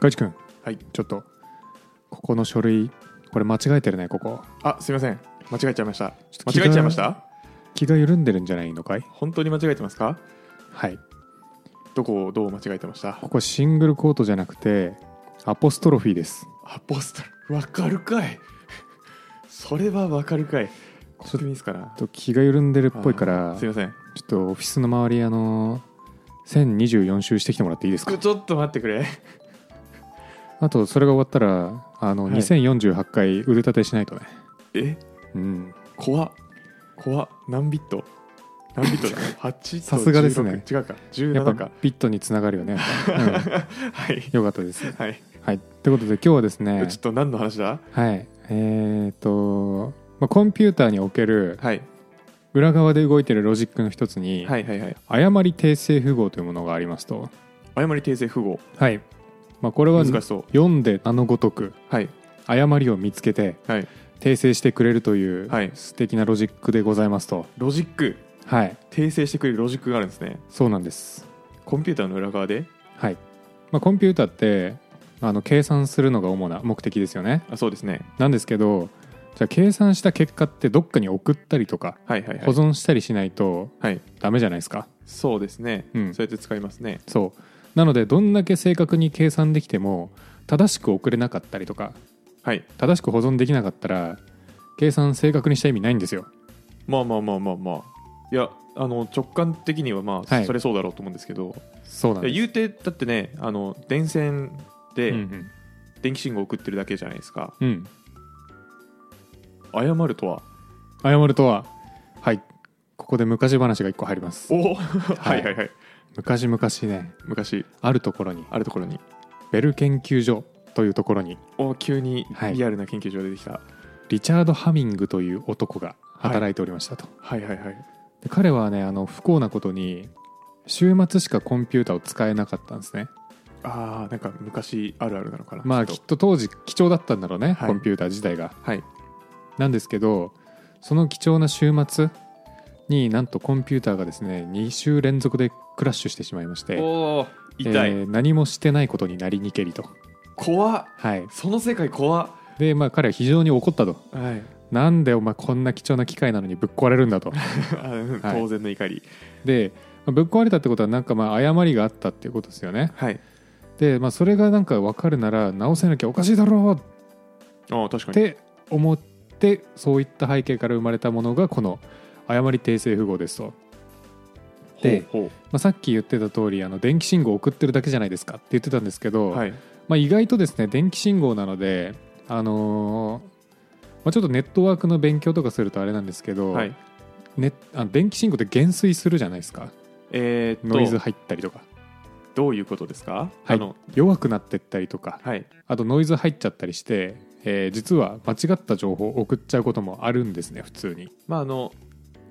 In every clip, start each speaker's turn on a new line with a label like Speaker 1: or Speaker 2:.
Speaker 1: ガイチ君
Speaker 2: はい
Speaker 1: ちょっとここの書類これ間違えてるねここ
Speaker 2: あすいません間違えちゃいました
Speaker 1: ちょっと
Speaker 2: 間違えちゃいました
Speaker 1: 気が緩んでるんじゃないのかい
Speaker 2: 本当に間違えてますか
Speaker 1: はい
Speaker 2: どこをどう間違えてました
Speaker 1: ここシングルコートじゃなくてアポストロフィーです
Speaker 2: アポストルわかるかいそれはわかるかいコンビニですから
Speaker 1: ちょっと気が緩んでるっぽいから
Speaker 2: す
Speaker 1: ち
Speaker 2: い
Speaker 1: ょ
Speaker 2: ません
Speaker 1: っとオフィスの周りあの1024周してきてもらっていいですか
Speaker 2: ちょっと待ってくれ
Speaker 1: あとそれが終わったらあの、
Speaker 2: はい
Speaker 1: 2048回腕立てしないとね
Speaker 2: え
Speaker 1: うん
Speaker 2: 怖っ怖っ何ビット何ビットだ8と
Speaker 1: さすがですね
Speaker 2: 16違うか
Speaker 1: やっぱ
Speaker 2: 17か
Speaker 1: ビットにつながるよ ね、うん
Speaker 2: はい
Speaker 1: よかったです
Speaker 2: はい、
Speaker 1: はいということで今日はですね
Speaker 2: ちょっと何の話だ
Speaker 1: はいえー、と、まあ、コンピューターにおける
Speaker 2: はい、
Speaker 1: 裏側で動いてるロジックの一つに、
Speaker 2: はいはいはい
Speaker 1: 誤り訂正符号というものがありますと
Speaker 2: 誤り訂正符号
Speaker 1: はい、まあ、これは
Speaker 2: 難し
Speaker 1: 読
Speaker 2: そうん
Speaker 1: であのごとく
Speaker 2: はい
Speaker 1: 誤りを見つけて
Speaker 2: はい
Speaker 1: 訂正してくれるという
Speaker 2: はい
Speaker 1: 素敵なロジックでございますと
Speaker 2: ロジック
Speaker 1: はい
Speaker 2: 訂正してくれるロジックがあるんですね
Speaker 1: そうなんです
Speaker 2: コンピューターの裏側で
Speaker 1: はい、まあ、コンピューターってあの計算するのが主な目的ですよね
Speaker 2: あそうですね
Speaker 1: なんですけどじゃあ計算した結果ってどっかに送ったりとか
Speaker 2: はいはいは
Speaker 1: 保
Speaker 2: い、
Speaker 1: 存したりしないと
Speaker 2: はい、
Speaker 1: ダメじゃないですか
Speaker 2: そうですね、
Speaker 1: うん
Speaker 2: そうやって使いますね
Speaker 1: そうなのでどんだけ正確に計算できても正しく送れなかったりとか
Speaker 2: はい
Speaker 1: 正しく保存できなかったら計算正確にした意味ないんですよ
Speaker 2: まあまあまあまあまあいやあの直感的にはまあ、
Speaker 1: はい
Speaker 2: それそうだろうと思うんですけど
Speaker 1: そうなん
Speaker 2: いや
Speaker 1: です
Speaker 2: 言うてだってねあの電線
Speaker 1: う
Speaker 2: で
Speaker 1: ん
Speaker 2: 電気信号を送ってるだけじゃないですか、
Speaker 1: うん、うん、
Speaker 2: 誤るとは
Speaker 1: 謝るとははいここで昔話が一個入ります
Speaker 2: お はいはいはい
Speaker 1: 昔々ね
Speaker 2: 昔
Speaker 1: あるところに
Speaker 2: あるところに
Speaker 1: ベル研究所というところに
Speaker 2: お急に
Speaker 1: はい
Speaker 2: リアルな研究所が出てきた、
Speaker 1: リチャード・ハミングという男が働いておりましたと、
Speaker 2: はい、はいはいはい
Speaker 1: で彼はねあの不幸なことに週末しかコンピューターを使えなかったんですね
Speaker 2: あーなんか昔あるあるなのかな
Speaker 1: まあ
Speaker 2: ちょっ
Speaker 1: きっと当時貴重だったんだろうね、
Speaker 2: はい
Speaker 1: コンピューター自体が
Speaker 2: とはい
Speaker 1: なんですけどその貴重な週末になんとコンピューターがですね2週連続でクラッシュしてしまいまして、
Speaker 2: おお痛い、
Speaker 1: えー何もしてないことになりにけりと
Speaker 2: 怖っ
Speaker 1: はい
Speaker 2: その世界怖っ
Speaker 1: でまあ彼は非常に怒ったと
Speaker 2: はい
Speaker 1: なんでお前こんな貴重な機会なのにぶっ壊れるんだ と
Speaker 2: あうん
Speaker 1: はい
Speaker 2: 当然の怒り
Speaker 1: で、まあぶっ壊れたってことはなんかまあ誤りがあったっていうことですよね
Speaker 2: はい
Speaker 1: で、まあ、それがなんか分かるなら直せなきゃおかしいだろう
Speaker 2: ああ確か
Speaker 1: っ
Speaker 2: に
Speaker 1: て思ってそういった背景から生まれたものがこの誤り訂正符号ですと、で
Speaker 2: ほうほ
Speaker 1: まあ、さっき言ってた通りあの電気信号を送ってるだけじゃないですかって言ってたんですけど、
Speaker 2: うはい
Speaker 1: まあ、意外とですね電気信号なので、あのーまあ、ちょっとネットワークの勉強とかするとあれなんですけど、
Speaker 2: はい
Speaker 1: ね、あの電気信号って減衰するじゃないですか
Speaker 2: えー、っと
Speaker 1: ノイズ入ったりとか
Speaker 2: どういうことですか、
Speaker 1: はい
Speaker 2: あの
Speaker 1: 弱くなってったりとか
Speaker 2: はい
Speaker 1: あとノイズ入っちゃったりして、えー実は間違った情報を送っちゃうこともあるんですね普通に、
Speaker 2: まああの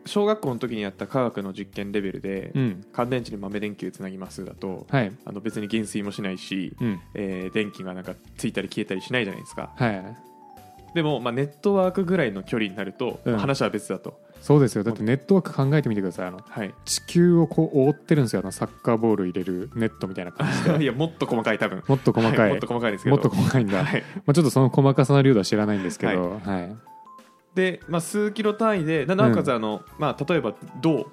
Speaker 2: 小学校の時にやった科学の実験レベルで、
Speaker 1: うん
Speaker 2: 乾電池に豆電球つなぎますだと
Speaker 1: はい
Speaker 2: あの別に減衰もしないし、
Speaker 1: うん
Speaker 2: えー電気がなんかついたり消えたりしないじゃないですか
Speaker 1: はい、
Speaker 2: でも、まあ、ネットワークぐらいの距離になると、
Speaker 1: うん
Speaker 2: 話は別だと
Speaker 1: そうですよだってネットワーク考えてみてくださいあの
Speaker 2: はい
Speaker 1: 地球をこう覆ってるんですよあのサッカーボール入れるネットみたいな感 じ
Speaker 2: いやもっと細かい多分
Speaker 1: もっと細か、
Speaker 2: はいもっ
Speaker 1: も
Speaker 2: と細かいですけど
Speaker 1: っと細かいんだ、
Speaker 2: はい
Speaker 1: まあ、ちょっとその細かさの量度は知らないんですけど、はい
Speaker 2: で、まあ、数キロ単位でななおかつあの、まあ、例えば銅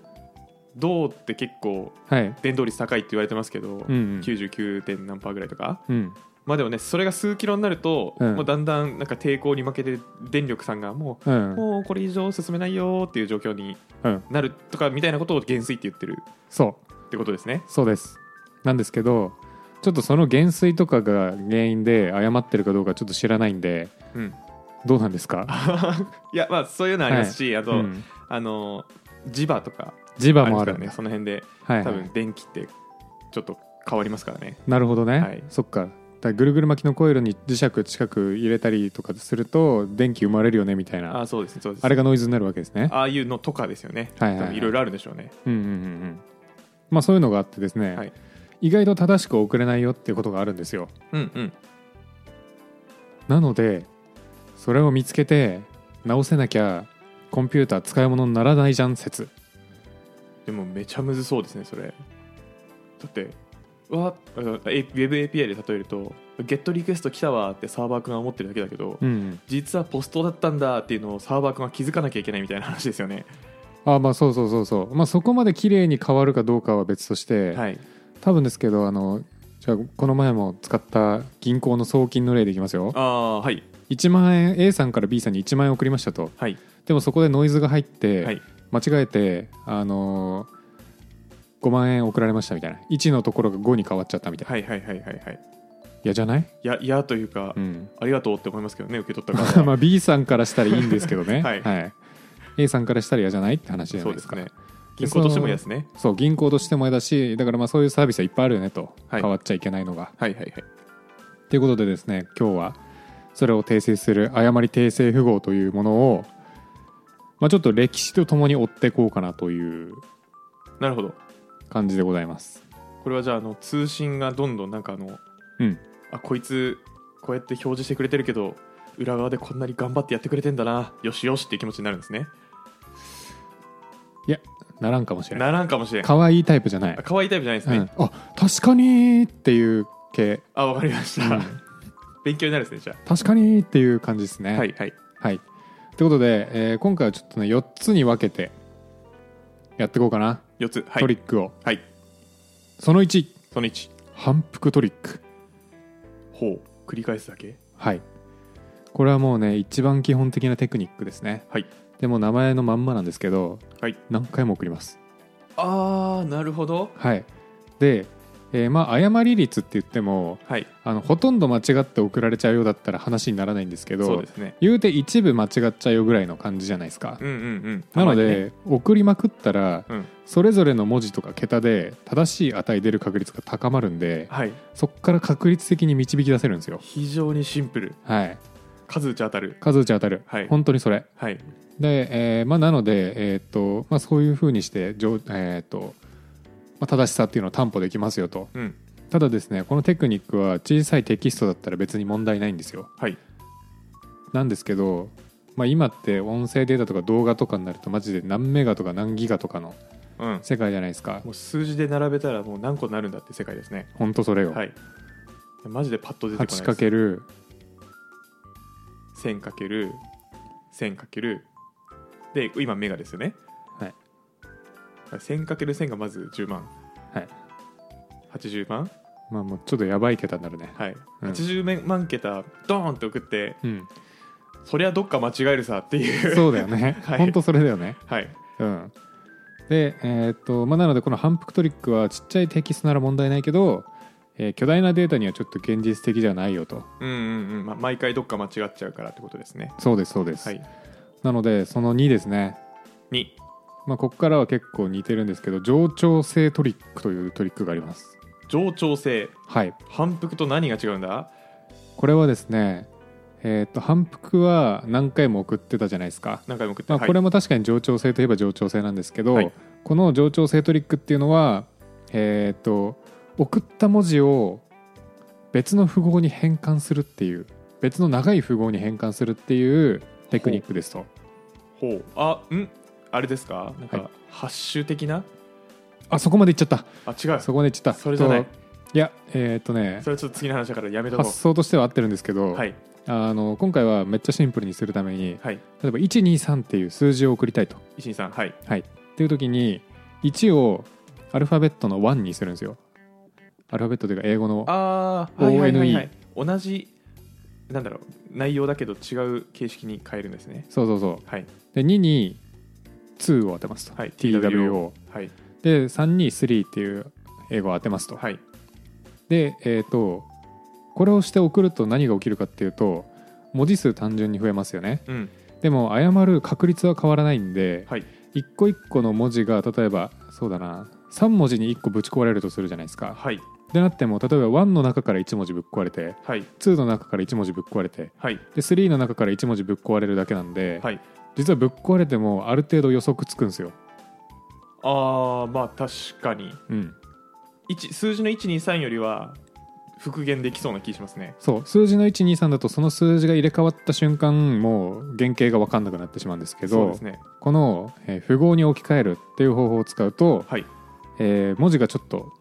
Speaker 2: 銅って結構
Speaker 1: はい
Speaker 2: 伝導率高いって言われてますけ
Speaker 1: うんう
Speaker 2: ど、
Speaker 1: ん
Speaker 2: 99. 点何パーぐらいとか
Speaker 1: うん
Speaker 2: まあでもねそれが数キロになると、
Speaker 1: うん
Speaker 2: もうだんだんなんか抵抗に負けて電力さんがも
Speaker 1: う
Speaker 2: う、
Speaker 1: ん
Speaker 2: もうこれ以上進めないよーっていう状況に
Speaker 1: うん
Speaker 2: なるとかみたいなことを減衰って言ってる
Speaker 1: そう
Speaker 2: ってことですね
Speaker 1: そうですなんですけどちょっとその減衰とかが原因で誤ってるかどうかちょっと知らないんで
Speaker 2: うん
Speaker 1: どうなんですか
Speaker 2: いやまあそういうのありますし、あと、
Speaker 1: うん
Speaker 2: あの磁場とか
Speaker 1: 磁
Speaker 2: あ
Speaker 1: 場
Speaker 2: り
Speaker 1: も
Speaker 2: ます
Speaker 1: ある
Speaker 2: から
Speaker 1: んで
Speaker 2: ねその辺で
Speaker 1: はい
Speaker 2: 多
Speaker 1: はい
Speaker 2: 分電気ってちょっと変わりますからね
Speaker 1: なるほどね、
Speaker 2: はい
Speaker 1: そっかだからぐるぐる巻きのコイルに磁石近く入れたりとかすると電気生まれるよねみたいな
Speaker 2: あ
Speaker 1: あ
Speaker 2: あそうですねそうです
Speaker 1: れがノイズになるわけですね
Speaker 2: ああいうのとかですよね。
Speaker 1: はいはいはい
Speaker 2: 多分いろいろあるんでしょうね。
Speaker 1: うんうんうんうんまあそういうのがあってですね、
Speaker 2: はい
Speaker 1: 意外と正しく送れないよっていうことがあるんですよ
Speaker 2: うんうん。
Speaker 1: なのでそれを見つけて直せなきゃコンピューター使い物にならないじゃん説
Speaker 2: でもめちゃむずそうですね、それ。だって、はうんえウェブ API で例えるとゲットリクエスト来たわってサーバー君は思ってるだけだけど、
Speaker 1: うん、
Speaker 2: 実はポストだったんだっていうのをサーバー君は気づかなきゃいけないみたいな話ですよね。
Speaker 1: あまあそうそうそうそう、まあ、そこまで綺麗に変わるかどうかは別として、
Speaker 2: はい、
Speaker 1: 多分ですけどあのじゃあこの前も使った銀行の送金の例でいきますよ
Speaker 2: ああはい
Speaker 1: 1万円 A さんから B さんに1万円送りましたと
Speaker 2: はい
Speaker 1: でもそこでノイズが入って、
Speaker 2: はい
Speaker 1: 間違えてあのー5万円送られましたみたいな1のところが5に変わっちゃったみたいな、
Speaker 2: はいはいはいはいはい。
Speaker 1: い、やじゃない、
Speaker 2: いやいやというか、
Speaker 1: うん、
Speaker 2: ありがとうって思いますけどね受け取ったか ら
Speaker 1: まあ B さんからしたらいいんですけどね、
Speaker 2: はい
Speaker 1: A さんからしたら嫌じゃないって話じゃな
Speaker 2: そ
Speaker 1: いうで
Speaker 2: ですす
Speaker 1: か
Speaker 2: ね。銀行としてもいいですね。
Speaker 1: そう銀行としても嫌だしだからまあそういうサービスはいっぱいあるよねと、
Speaker 2: はい
Speaker 1: 変わっちゃいけないのが
Speaker 2: はいはいはい。
Speaker 1: ということでですね今日はそれを訂正する誤り訂正符号というものを、まあ、ちょっと歴史とともに追っていこうかなという
Speaker 2: なるほど。
Speaker 1: 感じでございます
Speaker 2: これはじゃああの通信がどんどんなんかあの
Speaker 1: うん
Speaker 2: あこいつこうやって表示してくれてるけど裏側でこんなに頑張ってやってくれてんだなよしよしっていう気持ちになるんですね
Speaker 1: ならんかもしれない
Speaker 2: ならんかもしれん
Speaker 1: 可愛いタイプじゃない
Speaker 2: あ、可愛いタイプじゃないです
Speaker 1: う
Speaker 2: ね、
Speaker 1: ん、あ確かにーっていう系、
Speaker 2: あわかりました、
Speaker 1: うん
Speaker 2: 勉強になるですねじゃ
Speaker 1: 確かにーっていう感じですね
Speaker 2: あはいはい
Speaker 1: はいということで、えー今回はちょっとね4つに分けてやっていこうかな、
Speaker 2: 4つは
Speaker 1: トリ
Speaker 2: い
Speaker 1: ックを
Speaker 2: はい
Speaker 1: その1
Speaker 2: その1
Speaker 1: 反復トリック
Speaker 2: ほう繰り返すだけ
Speaker 1: はいこれはもうね一番基本的なテクニックですね
Speaker 2: はい
Speaker 1: でも名前のまんまなんですけど、
Speaker 2: はい
Speaker 1: 何回も送ります
Speaker 2: あーなるほど
Speaker 1: はいで、えーまあ誤り率って言っても
Speaker 2: はい
Speaker 1: あのほとんど間違って送られちゃうようだったら話にならないんですけ
Speaker 2: そう
Speaker 1: ど
Speaker 2: ですね
Speaker 1: 言うて一部間違っちゃうよぐらいの感じじゃないですか、
Speaker 2: うんうんうん
Speaker 1: なの
Speaker 2: たまに
Speaker 1: で、
Speaker 2: ね
Speaker 1: 送りまくったら
Speaker 2: うん
Speaker 1: それぞれの文字とか桁で正しい値出る確率が高まるんで
Speaker 2: はい
Speaker 1: そこから確率的に導き出せるんですよ
Speaker 2: 非常にシンプル
Speaker 1: はい
Speaker 2: 数打ち当たる
Speaker 1: 数打ち当たる、
Speaker 2: はい
Speaker 1: 本当にそれ
Speaker 2: はい
Speaker 1: で、えーまあ、なので、えーっとまあ、そういうふうにして、じょうえーっとまあ、正しさっていうのを担保できますよと
Speaker 2: うん
Speaker 1: ただですねこのテクニックは小さいテキストだったら別に問題ないんですよ
Speaker 2: はい
Speaker 1: なんですけど、まあ、今って音声データとか動画とかになるとマジで何メガとか何ギガとかの
Speaker 2: うん
Speaker 1: 世界じゃないですか
Speaker 2: もう数字で並べたらもう何個になるんだって世界ですね
Speaker 1: ほんとそれを、
Speaker 2: はいマジでパッと出てこないです
Speaker 1: 8かける
Speaker 2: 1000×1000× で今メガですよね
Speaker 1: はい
Speaker 2: 1000×1000 がまず10万
Speaker 1: はい
Speaker 2: 80万
Speaker 1: まあもうちょっとやばい桁になるね
Speaker 2: はい、
Speaker 1: うん
Speaker 2: 80万桁ドーンって送って
Speaker 1: うん
Speaker 2: そりゃどっか間違えるさっていう
Speaker 1: そうだよね、
Speaker 2: はい
Speaker 1: ほんとそれだよね
Speaker 2: はい
Speaker 1: うん、で、えーっとまあ、なのでこの反復トリックはちっちゃいテキストなら問題ないけど、えー巨大なデータにはちょっと現実的じゃないよと
Speaker 2: うんうんうん、ま、毎回どっか間違っちゃうからってことですね
Speaker 1: そうですそうです、
Speaker 2: はい
Speaker 1: なのでその2ですね、
Speaker 2: 2
Speaker 1: まあ、ここからは結構似てるんですけど冗長性トリックというトリックがあります
Speaker 2: 冗長性
Speaker 1: はい
Speaker 2: 反復と何が違うんだ
Speaker 1: これはですねえーっと反復は何回も送ってたじゃないですか、
Speaker 2: 何回も送って、
Speaker 1: まあ、これ
Speaker 2: も
Speaker 1: も確かに冗長性といえば冗長性なんですけど、
Speaker 2: はい
Speaker 1: この冗長性トリックっていうのはえーっと送った文字を別の符号に変換するっていう別の長い符号に変換するっていうテクニックですと
Speaker 2: ほうあんあれですかなん
Speaker 1: は
Speaker 2: かハッシュ的な
Speaker 1: あそこまでいっちゃった
Speaker 2: あ違う
Speaker 1: そこまでいっちゃった
Speaker 2: それじゃない
Speaker 1: といやえーっとね
Speaker 2: それはちょっと次の話だからやめとこ
Speaker 1: 発想としては合ってるんですけ
Speaker 2: う
Speaker 1: ど、
Speaker 2: はい
Speaker 1: あの今回はめっちゃシンプルにするために
Speaker 2: はい
Speaker 1: 例えば123っていう数字を送りたいと
Speaker 2: 石井さんはい
Speaker 1: っていう時に1をアルファベットの1にするんですよアルファベットというか英語の
Speaker 2: ああ
Speaker 1: ONE
Speaker 2: はいはいはい、はい、同じなんだろう内容だけど違う形式に変えるんですね
Speaker 1: そうそうそう
Speaker 2: はい
Speaker 1: で2に2を当てますと、
Speaker 2: はい
Speaker 1: TWO
Speaker 2: はい
Speaker 1: で3に3っていう英語を当てますと、
Speaker 2: はい
Speaker 1: でえっ、とこれをして送ると何が起きるかっていうと文字数単純に増えますよね
Speaker 2: うん
Speaker 1: でも誤る確率は変わらないんで、
Speaker 2: はい
Speaker 1: 一個一個の文字が例えばそうだな3文字に1個ぶち壊れるとするじゃないですか
Speaker 2: はい
Speaker 1: でなっても例えば1の中から1文字ぶっ壊れて
Speaker 2: はい
Speaker 1: 2の中から1文字ぶっ壊れて
Speaker 2: はい
Speaker 1: で3の中から1文字ぶっ壊れるだけなんで、
Speaker 2: はい
Speaker 1: 実はぶっ壊れてもある程度予測つくんですよ、
Speaker 2: ああまあ確かに
Speaker 1: うん、
Speaker 2: 一数字の123よりは復元できそうな気しますね
Speaker 1: そう数字の123だとその数字が入れ替わった瞬間もう原型が分かんなくなってしまうんですけ
Speaker 2: そう
Speaker 1: ど
Speaker 2: ですね
Speaker 1: この、えー符号に置き換えるっていう方法を使うと、
Speaker 2: はい
Speaker 1: えー文字がちょっと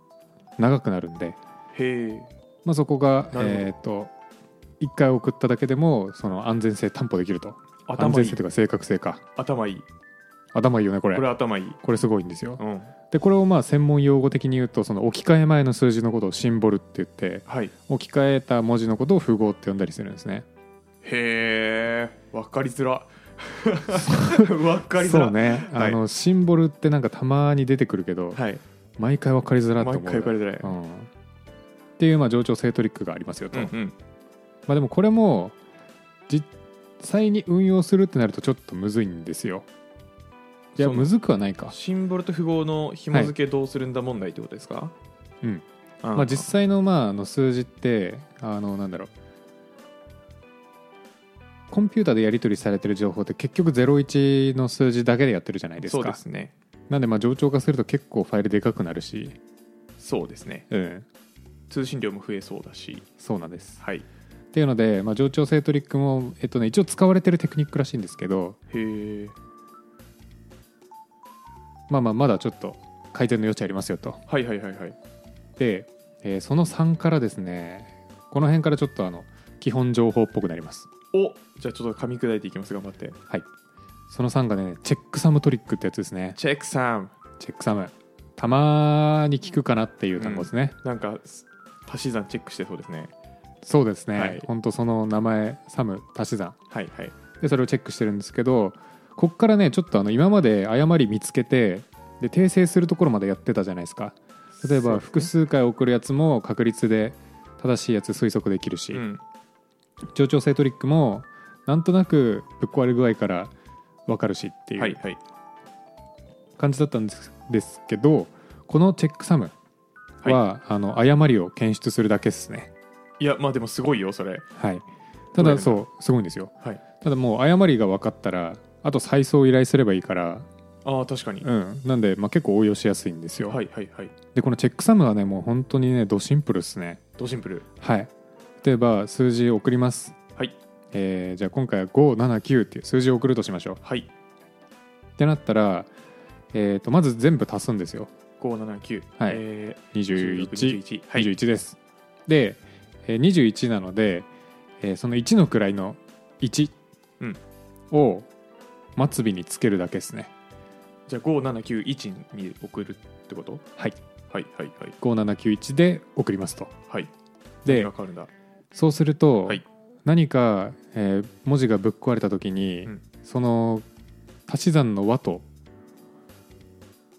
Speaker 1: 長くなるんで
Speaker 2: へえ
Speaker 1: まあ、そこが、
Speaker 2: なるほど
Speaker 1: えーっと1回送っただけでもその安全性担保できると安
Speaker 2: 頭
Speaker 1: 全
Speaker 2: いい
Speaker 1: 性というか正確性か
Speaker 2: 頭いい
Speaker 1: 頭いいよねこれ
Speaker 2: こ
Speaker 1: こ
Speaker 2: れ
Speaker 1: れ
Speaker 2: 頭いい
Speaker 1: すごいんですよ
Speaker 2: うん
Speaker 1: でこれをまあ専門用語的に言うとその置き換え前の数字のことをシンボルって言って
Speaker 2: はい
Speaker 1: 置き換えた文字のことを符号って呼んだりするんですね
Speaker 2: へえ分かりづら 分かりづら
Speaker 1: そうね、
Speaker 2: は
Speaker 1: あ
Speaker 2: い
Speaker 1: のシンボルってなんかたまに出てくるけど、
Speaker 2: はい
Speaker 1: 毎回分かりづら
Speaker 2: 毎
Speaker 1: って
Speaker 2: 回
Speaker 1: 思う
Speaker 2: 分かりづらい
Speaker 1: うんっていうまあ冗長性トリックがありますよ
Speaker 2: う
Speaker 1: と、
Speaker 2: んうん
Speaker 1: まあでもこれも実際に運用するってなるとちょっとむずいんですよいや
Speaker 2: その
Speaker 1: むずくはないか、
Speaker 2: シンボルと符号の紐付けどうするんだ問題ってことですか
Speaker 1: うん
Speaker 2: あ
Speaker 1: まあ、実際のまああの数字ってあのなんだろうコンピューターでやり取りされてる情報って結局01の数字だけでやってるじゃないです
Speaker 2: そう
Speaker 1: か
Speaker 2: ですね
Speaker 1: なんでまあ冗長化すると結構ファイルでかくなるし、
Speaker 2: そうですね
Speaker 1: うん、
Speaker 2: 通信量も増えそうだし
Speaker 1: そうなんです
Speaker 2: はい
Speaker 1: っていうので、まあ、冗長性トリックも、えっとね、一応使われてるテクニックらしいんですけど、
Speaker 2: へえ
Speaker 1: まあ、まあまだちょっと改善の余地ありますよと
Speaker 2: はいはいはいはい
Speaker 1: で、えーその3からですねこの辺からちょっとあの基本情報っぽくなります
Speaker 2: おじゃあちょっと噛み砕いていきます頑張って
Speaker 1: その3がねチェックサムトリックってやつですね
Speaker 2: チェックサム
Speaker 1: チェックサムたまに聞くかなっていう単語ですね、
Speaker 2: なんかす足し算チェックしてそうですね
Speaker 1: そうですね、
Speaker 2: はい
Speaker 1: ほんとその名前サム足し算
Speaker 2: はいはい
Speaker 1: でそれをチェックしてるんですけどこっからねちょっとあの今まで誤り見つけてで訂正するところまでやってたじゃないですか例えば複数回送るやつも確率で正しいやつ推測できるし、
Speaker 2: そうですねうん
Speaker 1: 冗長性トリックもなんとなくぶっ壊れ具合から分かるしって
Speaker 2: はいいうはい
Speaker 1: 感じだったんですですけど、このチェックサムは、あの誤りを検出するだけですね、
Speaker 2: いやまあでもすごいよそれ
Speaker 1: はい、た
Speaker 2: どうやる
Speaker 1: だ
Speaker 2: の
Speaker 1: そうすごいんですよ
Speaker 2: はい
Speaker 1: ただもう誤りが分かったらあと再送を依頼すればいいから、
Speaker 2: ああ確かに、
Speaker 1: うん、なんで、まあ、結構応用しやすいんですよ、
Speaker 2: はいはいはい
Speaker 1: でこのチェックサムはねもう本当にねドシンプルですね
Speaker 2: ドシンプル
Speaker 1: はい例えば数字送ります
Speaker 2: はい
Speaker 1: えーじゃあ今回は579っていう数字を送るとしましょう
Speaker 2: はい
Speaker 1: ってなったら、えー、とまず全部足すんですよ
Speaker 2: 579
Speaker 1: はい
Speaker 2: えー、
Speaker 1: 2121
Speaker 2: 16はい
Speaker 1: ですで、えー21なので、えーその1の位の1
Speaker 2: うん
Speaker 1: を末尾につけるだけですね
Speaker 2: じゃあ5791に送るってこと
Speaker 1: はい
Speaker 2: はいはいはい
Speaker 1: 5791で送りますと
Speaker 2: はい
Speaker 1: で
Speaker 2: わかるんだ
Speaker 1: そうすると、
Speaker 2: はい
Speaker 1: 何か、えー文字がぶっ壊れた時に、
Speaker 2: うん
Speaker 1: その足し算の和と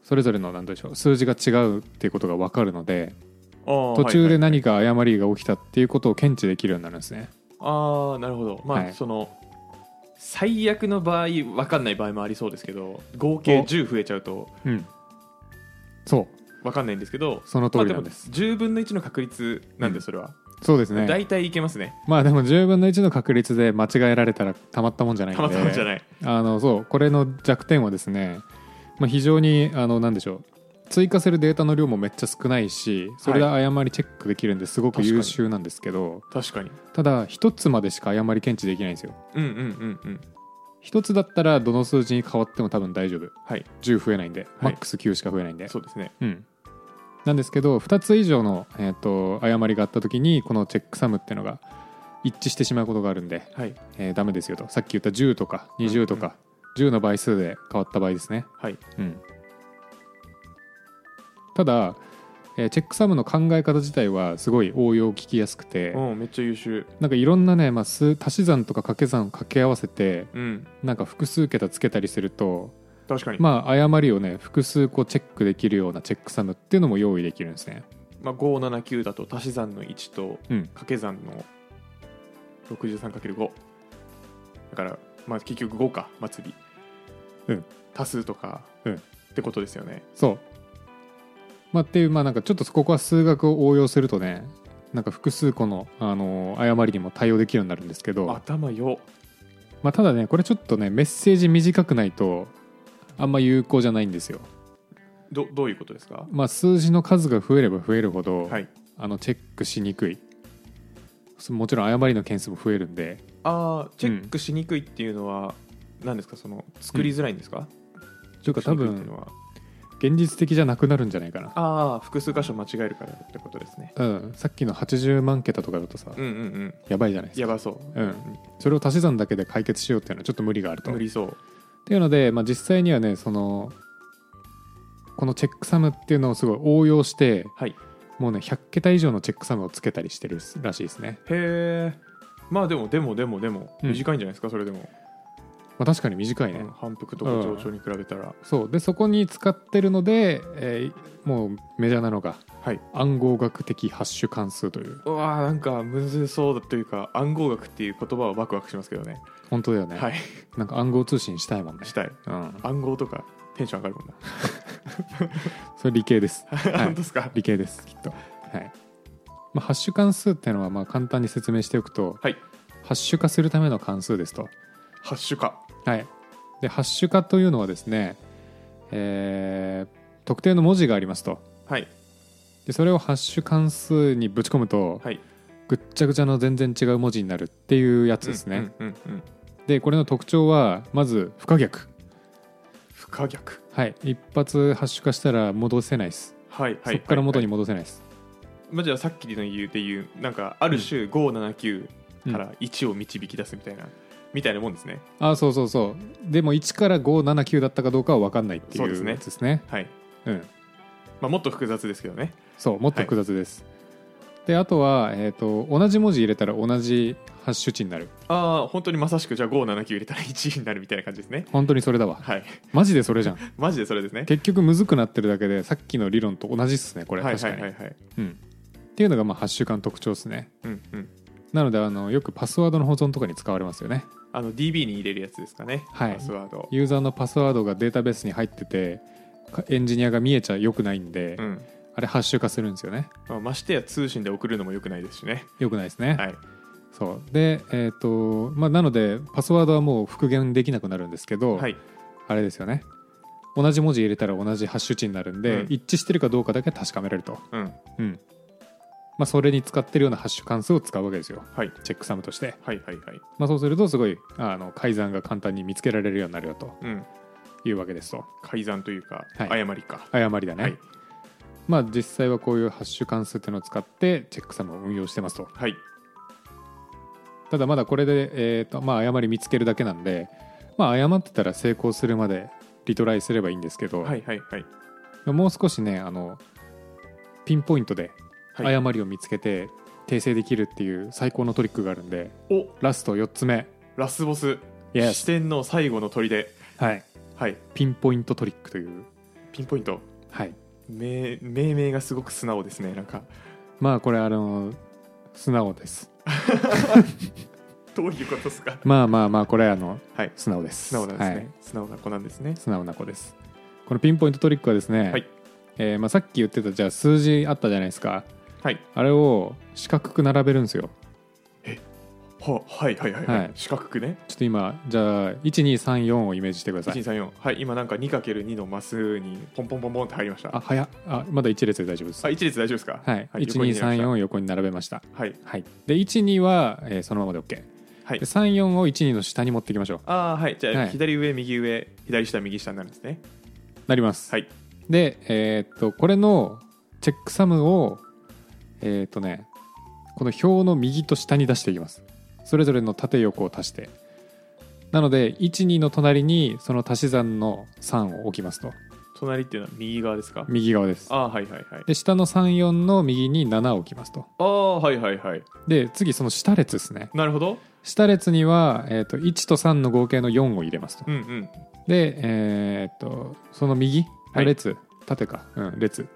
Speaker 1: それぞれの何でしょう数字が違うっていうことが分かるので
Speaker 2: 途
Speaker 1: 途中で
Speaker 2: な
Speaker 1: 何か誤りが起きたっていうことを検知できるようになるんですね。
Speaker 2: ああなるほどまあ、
Speaker 1: はい
Speaker 2: その最悪の場合分かんない場合もありそうですけど合計
Speaker 1: お
Speaker 2: 10増えちゃうと
Speaker 1: うん、そう
Speaker 2: 分かんないんですけど
Speaker 1: その通
Speaker 2: まあ
Speaker 1: り
Speaker 2: で
Speaker 1: な
Speaker 2: も
Speaker 1: んです。
Speaker 2: 10分の1の確率なんで
Speaker 1: うん
Speaker 2: それは、
Speaker 1: そうですね。
Speaker 2: 大体いけますね
Speaker 1: まあでも10分の1の確率で間違えられたらたまったもんじゃないん
Speaker 2: た
Speaker 1: で。
Speaker 2: またまじゃない、
Speaker 1: あのそうこれの弱点はですね、まあ、非常にあのなんでしょう追加するデータの量もめっちゃ少ないしそれで誤りチェックできるんですごく
Speaker 2: 確かに
Speaker 1: 優秀なんですけど、
Speaker 2: 確かに
Speaker 1: ただ一つまでしか誤り検知できないんですよ
Speaker 2: うんうんうんうん
Speaker 1: 一つだったらどの数字に変わっても多分大丈夫
Speaker 2: はい
Speaker 1: 10増えないんで、
Speaker 2: は
Speaker 1: マ
Speaker 2: い
Speaker 1: ックス9しか増えないんで
Speaker 2: そうですね
Speaker 1: うんなんですけど2つ以上の、えー、と誤りがあった時にこのチェックサムっていうのが一致してしまうことがあるんで、
Speaker 2: はい
Speaker 1: えーダメですよとさっき言った10とか20とか、10の倍数で変わった場合ですね
Speaker 2: はい
Speaker 1: うん、ただ、えーチェックサムの考え方自体はすごい応用聞きやすくて、
Speaker 2: うんめっちゃ優秀
Speaker 1: なんかいろんなね、まあ、数足し算とか掛け算を掛け合わせて
Speaker 2: うん
Speaker 1: なんか複数桁つけたりすると、
Speaker 2: 確かにま
Speaker 1: まあ、誤りをね複数個チェックできるようなチェックサムっていうのも用意できるんですね。
Speaker 2: あ、579だと足し算の1と
Speaker 1: うん、
Speaker 2: 掛け算の 63×5 だからまあ結局5か末尾
Speaker 1: うん
Speaker 2: 多数とか、
Speaker 1: うん
Speaker 2: ってことですよね
Speaker 1: そう、まあ、っていうまあなんかちょっとここは数学を応用するとねなんか複数個の、あのー誤りにも対応できるようになるんですけど
Speaker 2: 頭よ
Speaker 1: まあ、ただねこれちょっとねメッセージ短くないとあんま有効じゃないんですよ、
Speaker 2: どどういうことですか
Speaker 1: まあ、数字の数が増えれば増えるほど、
Speaker 2: はい
Speaker 1: あのチェックしにくいそもちろん誤りの件数も増えるんで
Speaker 2: あーチェックしにくいっていうのは何ですかその作りづらいんですか、
Speaker 1: というか
Speaker 2: チ
Speaker 1: 多
Speaker 2: ェックしにくいっていう
Speaker 1: 分
Speaker 2: のは
Speaker 1: 現実的じゃなくなるんじゃないかな、
Speaker 2: ああ複数箇所間違えるからってことですね
Speaker 1: うん、さっきの80万桁とかだとさ、
Speaker 2: うんうんうん
Speaker 1: やばいじゃないです
Speaker 2: や
Speaker 1: か
Speaker 2: ばそう
Speaker 1: うんそれを足し算だけで解決しようっていうのはちょっと無理があると
Speaker 2: 無理そう
Speaker 1: っていうので、まあ、実際にはねそのこのチェックサムっていうのをすごい応用して
Speaker 2: はい
Speaker 1: もうね100桁以上のチェックサムをつけたりしてるらしいですね、
Speaker 2: へえまあでもでもでもでも
Speaker 1: うん
Speaker 2: 短いんじゃないですか、それでも、
Speaker 1: まあ、確かに短いね、
Speaker 2: うん反復とか上長に比べたら、
Speaker 1: そうでそこに使ってるので、えーもうメジャーなのが
Speaker 2: はい
Speaker 1: 暗号学的ハッシュ関数という
Speaker 2: うわーなんかむずそうだというか暗号学っていう言葉はワクワクしますけどね
Speaker 1: 本当だよね、
Speaker 2: はい
Speaker 1: なんか暗号通信したいもんね
Speaker 2: したい
Speaker 1: うん、
Speaker 2: 暗号とかテンション上がるもんな、
Speaker 1: それ理系です、は
Speaker 2: 本
Speaker 1: い
Speaker 2: 当、ですか
Speaker 1: 理系ですきっとはい、まあ、ハッシュ関数っていうのはまあ簡単に説明しておくと、
Speaker 2: はい
Speaker 1: ハッシュ化するための関数ですと
Speaker 2: ハッシュか
Speaker 1: はい、でハッシュ化というのはですね、えー特定の文字がありますと
Speaker 2: はい
Speaker 1: でそれをハッシュ関数にぶち込むと、
Speaker 2: はい
Speaker 1: ぐっちゃぐちゃの全然違う文字になるっていうやつですね、
Speaker 2: うんうんうんうん
Speaker 1: でこれの特徴はまず不可逆
Speaker 2: 不可逆
Speaker 1: はい一発ハッシュ化したら戻せないです、
Speaker 2: はいはい
Speaker 1: そこから元
Speaker 2: に、
Speaker 1: に戻せないです、
Speaker 2: まあ、じゃあさっきの言うていうなんかある種579
Speaker 1: うん
Speaker 2: から1を導き出すみたいな、みたいなもんですね
Speaker 1: あそうそうそうでも1から579だったかどうかは分かんないって
Speaker 2: そう
Speaker 1: い
Speaker 2: です
Speaker 1: う
Speaker 2: ね
Speaker 1: やつですね
Speaker 2: はい、
Speaker 1: うん
Speaker 2: まあ、もっと複雑ですけどね
Speaker 1: そうもっと複雑です、であとは、えー、と同じ文字入れたら同じハッシュ値になる
Speaker 2: ああ本当にまさしくじゃあ579入れたら1になるみたいな感じですね
Speaker 1: 本当にそれだわ
Speaker 2: はい
Speaker 1: マジでそれじゃん
Speaker 2: マジでそれですね
Speaker 1: 結局むずくなってるだけでさっきの理論と同じっすねこれ
Speaker 2: はい
Speaker 1: 確か
Speaker 2: は
Speaker 1: に、
Speaker 2: いはいはい
Speaker 1: うん、っていうのがまあハッシュ間特徴っすね
Speaker 2: うんうん
Speaker 1: なのであのよくパスワードの保存とかに使われますよね
Speaker 2: あの DB に入れるやつですかね、
Speaker 1: はい
Speaker 2: パスワード、
Speaker 1: ユーザーのパスワードがデータベースに入っててかエンジニアが見えちゃよくないんで、
Speaker 2: うん
Speaker 1: あれハッシュ化するんですよね
Speaker 2: まあ、ましてや通信で送るのもよくないですしね、
Speaker 1: よくないですね、
Speaker 2: はい、
Speaker 1: そうでえっ、とまあなのでパスワードはもう復元できなくなるんですけど、
Speaker 2: はい、
Speaker 1: あれですよね同じ文字入れたら同じハッシュ値になるんで、
Speaker 2: うん
Speaker 1: 一致してるかどうかだけ確かめられると、
Speaker 2: うん、
Speaker 1: うんまあ、それに使ってるようなハッシュ関数を使うわけですよ
Speaker 2: はい、
Speaker 1: チェックサムとして、
Speaker 2: はい、はい、はい、
Speaker 1: まあ、そうするとすごいあの改ざんが簡単に見つけられるようになるよと
Speaker 2: うん、
Speaker 1: いうわけですと
Speaker 2: 改ざんというか、
Speaker 1: はい
Speaker 2: 誤りか、
Speaker 1: 誤りだね、
Speaker 2: はい
Speaker 1: まあ実際はこういうハッシュ関数っていうのを使ってチェックサムを運用してますと
Speaker 2: はい、
Speaker 1: ただまだこれで、えーとまあ、誤り見つけるだけなんで、まあ、誤ってたら成功するまでリトライすればいいんですけど、
Speaker 2: はい、はい、はい、
Speaker 1: もう少しねあのピンポイントで
Speaker 2: はい、
Speaker 1: 誤りを見つけて訂正できるっていう最高のトリックがあるんで
Speaker 2: お
Speaker 1: ラスト4つ目
Speaker 2: ラスボス、
Speaker 1: Yes
Speaker 2: 視点の最後の砦、
Speaker 1: はい
Speaker 2: はい、
Speaker 1: ピンポイントトリックという
Speaker 2: ピンポイント、
Speaker 1: はい
Speaker 2: 命命名がすごく素直ですね、なんか、
Speaker 1: まあこれあの素直です
Speaker 2: どういうことですか、
Speaker 1: まあまあまあこれあの
Speaker 2: はい、
Speaker 1: 素直です
Speaker 2: 素直なんですね、
Speaker 1: はい、
Speaker 2: 素直な子なんですね、
Speaker 1: 素直な子ですこのピンポイントトリックはですね、
Speaker 2: はい
Speaker 1: えーまあ、さっき言ってたじゃあ数字あったじゃないですか
Speaker 2: はい、
Speaker 1: あれを四角く並べるんですよ
Speaker 2: は、はい、はい、はい、
Speaker 1: は
Speaker 2: はいい、四角くね、
Speaker 1: ちょっと今じゃあ1234をイメージしてください
Speaker 2: 1234、はい、今なんか 2×2 のマスにポンポンポンポンって入りました。
Speaker 1: あ
Speaker 2: あ、
Speaker 1: 早っあまだ1列で大丈夫です
Speaker 2: 一列大丈夫ですか
Speaker 1: はい、
Speaker 2: 横に入れました
Speaker 1: 1234を横に並べました。
Speaker 2: はい、
Speaker 1: はい、で12は、えーそのままで OK、
Speaker 2: はい
Speaker 1: で34を12の下に持っていきましょう
Speaker 2: ああはいじゃ
Speaker 1: は
Speaker 2: あ
Speaker 1: い
Speaker 2: 左上右上左下右下になるんですね
Speaker 1: なります、
Speaker 2: はい
Speaker 1: で、えーっとこれのチェックサムをえーっとねこの表の右と下に出していきますそれぞれの縦横を足してなので12の隣にその足し算の3を置きますと
Speaker 2: 隣っていうのは右側ですか
Speaker 1: 右側です
Speaker 2: ああはいはいはい
Speaker 1: で下の34の右に7を置きますと
Speaker 2: ああはいはいはい
Speaker 1: で次その下列ですね
Speaker 2: なるほど
Speaker 1: 下列には、えーっと1と3の合計の4を入れますと
Speaker 2: うんうん
Speaker 1: で、えーっとその右
Speaker 2: は
Speaker 1: の
Speaker 2: い
Speaker 1: 列、縦か、うん、列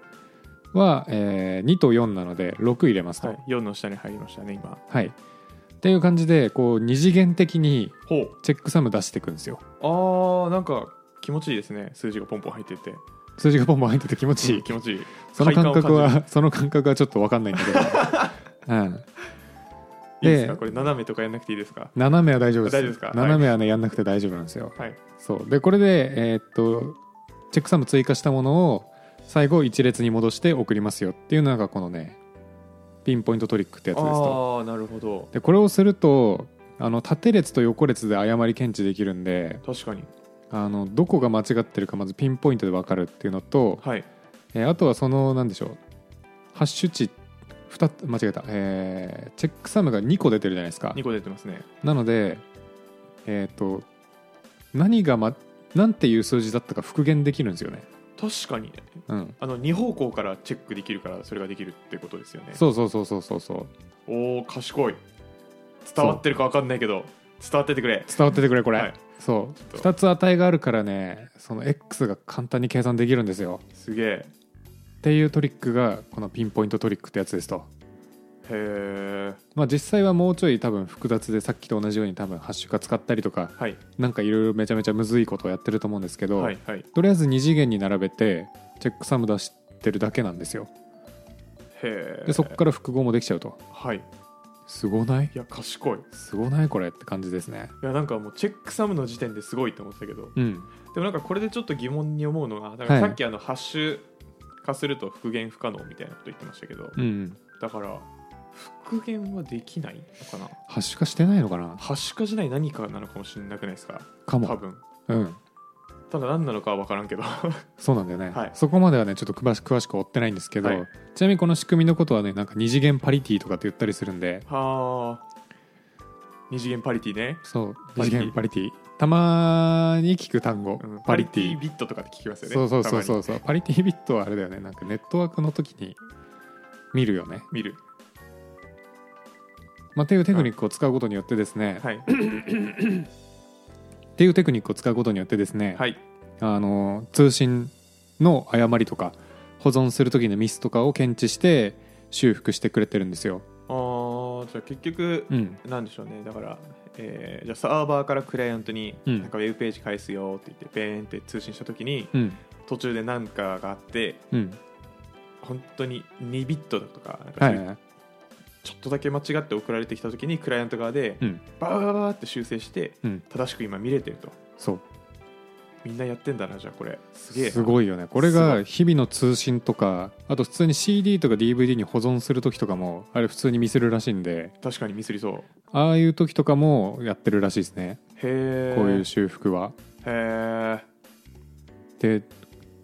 Speaker 1: は、えー2と4なので6入れますと。
Speaker 2: は
Speaker 1: はい
Speaker 2: い4の下に入りましたね今
Speaker 1: っていう感じでこう二次元的に
Speaker 2: ほ
Speaker 1: チェックサム出していくんですよ。
Speaker 2: うああなんか気持ちいいですね数字がポンポン入ってて
Speaker 1: 数字がボンボン入ってて気持ちいい。
Speaker 2: 気持ちいい
Speaker 1: その感
Speaker 2: 快
Speaker 1: 覚
Speaker 2: 感を感じる
Speaker 1: はその感覚はちょっと分かんないんだけど、 うん、
Speaker 2: いいです
Speaker 1: で
Speaker 2: かこれ斜めとかやんなくていいですか
Speaker 1: 斜めは大丈夫です。
Speaker 2: 大丈夫ですかはい
Speaker 1: 斜めはねやんなくて大丈夫なんですよ。
Speaker 2: はい
Speaker 1: そうでこれで、えーっとチェックサム追加したものを最後一列に戻して送りますよっていうのがこのねピンポイントトリックってやつですと
Speaker 2: ああなるほど
Speaker 1: でこれをするとあの縦列と横列で誤り検知できるんで
Speaker 2: 確かに
Speaker 1: あのどこが間違ってるかまずピンポイントで分かるっていうのと、
Speaker 2: はい
Speaker 1: えーあとはそのなんでしょうハッシュ値2つ間違えた、えーチェックサムが2個出てるじゃないですか
Speaker 2: 2個出てますね
Speaker 1: なのでえっ、と何が、ま、なんていう数字だったか復元できるんですよね
Speaker 2: 確かに
Speaker 1: うん
Speaker 2: あの2方向からチェックできるからそれができるってことですよね
Speaker 1: そうそうそうそうそうそう
Speaker 2: おお賢い伝わってるか分かんないけど伝わっててくれ
Speaker 1: 伝わっててくれこれ、
Speaker 2: はい
Speaker 1: そう
Speaker 2: ちょ
Speaker 1: 2つ値があるからねその X が簡単に計算できるんですよ
Speaker 2: すげえへ
Speaker 1: っていうトリックがこのピンポイントトリックってやつですと
Speaker 2: え
Speaker 1: まあ実際はもうちょい多分複雑でさっきと同じように多分ハッシュ化使ったりとか
Speaker 2: はい
Speaker 1: なんかいろいろめちゃめちゃむずいことをやってると思うんですけど、
Speaker 2: はいはい
Speaker 1: とりあえず2次元に並べてチェックサム出してるだけなんですよ
Speaker 2: へえ
Speaker 1: でそこから複合もできちゃうと
Speaker 2: はいい
Speaker 1: すごない
Speaker 2: や賢いい
Speaker 1: すごないこれって感じですね
Speaker 2: やなんかもうチェックサムの時点ですごいと思ってたけど
Speaker 1: うん
Speaker 2: でもなんかこれでちょっと疑問に思うのがだか
Speaker 1: は
Speaker 2: らさ
Speaker 1: い
Speaker 2: っきあのハッシュ化すると復元不可能みたいなこと言ってましたけど、
Speaker 1: うん
Speaker 2: だから復元はできないのかな
Speaker 1: ハッシュ化してないのかな
Speaker 2: ハッシュ化じゃない何かなのかもしれなくないですか
Speaker 1: か
Speaker 2: 多
Speaker 1: も
Speaker 2: 分
Speaker 1: うん
Speaker 2: ただ何なのかは分からんけど は
Speaker 1: そうなんだよね、
Speaker 2: はい
Speaker 1: そこまではねちょっと詳し詳しく追ってないんですけど、
Speaker 2: はい
Speaker 1: ちなみにこの仕組みのことはねなんか二次元パリティとかって言ったりするんで
Speaker 2: あ二次元パリティね、
Speaker 1: そう二
Speaker 2: パリ
Speaker 1: 次
Speaker 2: ティ
Speaker 1: 元パリティたまに聞く単語、
Speaker 2: うん
Speaker 1: パ
Speaker 2: パ
Speaker 1: リ
Speaker 2: リ
Speaker 1: テ
Speaker 2: テ
Speaker 1: ィ
Speaker 2: ィビットとかって聞きますよね
Speaker 1: そうそうそうそう
Speaker 2: たま
Speaker 1: そうパリティビットはあれだよねなんかネットワークの時に見るよね、
Speaker 2: に見る
Speaker 1: まあ、っていうテクニックを使うことによってですね、
Speaker 2: はい
Speaker 1: っていうテクニックを使うことによってですね、
Speaker 2: はい
Speaker 1: あの通信の誤りとか保存する時のミスとかを検知して修復してくれてるんですよ、
Speaker 2: あーじゃあ結局、
Speaker 1: うん、
Speaker 2: なんでしょうねだから、えーじゃあサーバーからクライアントに、
Speaker 1: うん
Speaker 2: なんかウェブページ返すよって言ってペーンって通信した時に
Speaker 1: うん
Speaker 2: 途中で何かがあって
Speaker 1: うん
Speaker 2: 本当に2ビットだとかなんか
Speaker 1: は
Speaker 2: そう
Speaker 1: いはい
Speaker 2: い
Speaker 1: うはい
Speaker 2: ちょっとだけ間違って送られてきた時にクライアント側で
Speaker 1: うん
Speaker 2: バーバーバーって修正して
Speaker 1: うん
Speaker 2: 正しく今見れてると
Speaker 1: そう
Speaker 2: みんなやってんだなじゃあこれすげえな
Speaker 1: すごいよねこれが日々の通信とかあと普通に CD とか DVD に保存する時とかもあれ普通に見せるらしいんで
Speaker 2: 確かにミスりそう
Speaker 1: ああいう時とかもやってるらしいですね
Speaker 2: へえ
Speaker 1: こういう修復は。
Speaker 2: へえ
Speaker 1: で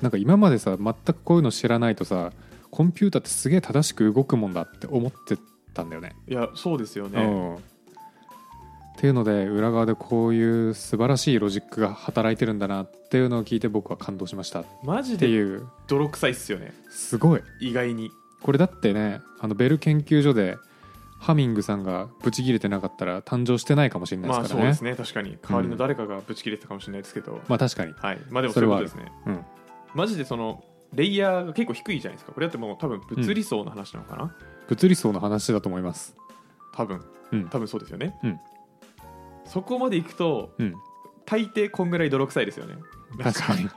Speaker 1: なんか今までさ全くこういうの知らないとさコンピューターってすげえ正しく動くもんだって思ってたんだよね。
Speaker 2: いやそうですよ
Speaker 1: う
Speaker 2: ね
Speaker 1: んっていうので裏側でこういう素晴らしいロジックが働いてるんだなっていうのを聞いて僕は感動しましたっ
Speaker 2: マジ
Speaker 1: て
Speaker 2: で
Speaker 1: いう
Speaker 2: 泥臭いっすよね
Speaker 1: すごい
Speaker 2: 意外に
Speaker 1: これだってねあのベル研究所でハミングさんがブチ切れてなかったら誕生してないかもしれない
Speaker 2: まあ
Speaker 1: です
Speaker 2: そ
Speaker 1: か
Speaker 2: う
Speaker 1: らね,、まあ、
Speaker 2: ですね確かに代わりの誰かがぶち切れてたかもしれないですけど、
Speaker 1: 確かに、
Speaker 2: はいまあでも
Speaker 1: そ
Speaker 2: そ
Speaker 1: れ
Speaker 2: ういう
Speaker 1: は
Speaker 2: ことですね
Speaker 1: うん、
Speaker 2: マジでそのレイヤーが結構低いじゃないですかこれだってもう多分物理層の話なのかな、
Speaker 1: 物理層の話だと思います
Speaker 2: 多分、
Speaker 1: うん
Speaker 2: 多分そうですよね、
Speaker 1: うん
Speaker 2: そこまでいくと
Speaker 1: うん
Speaker 2: 大抵こんぐらい泥臭いですよねなん
Speaker 1: 確かに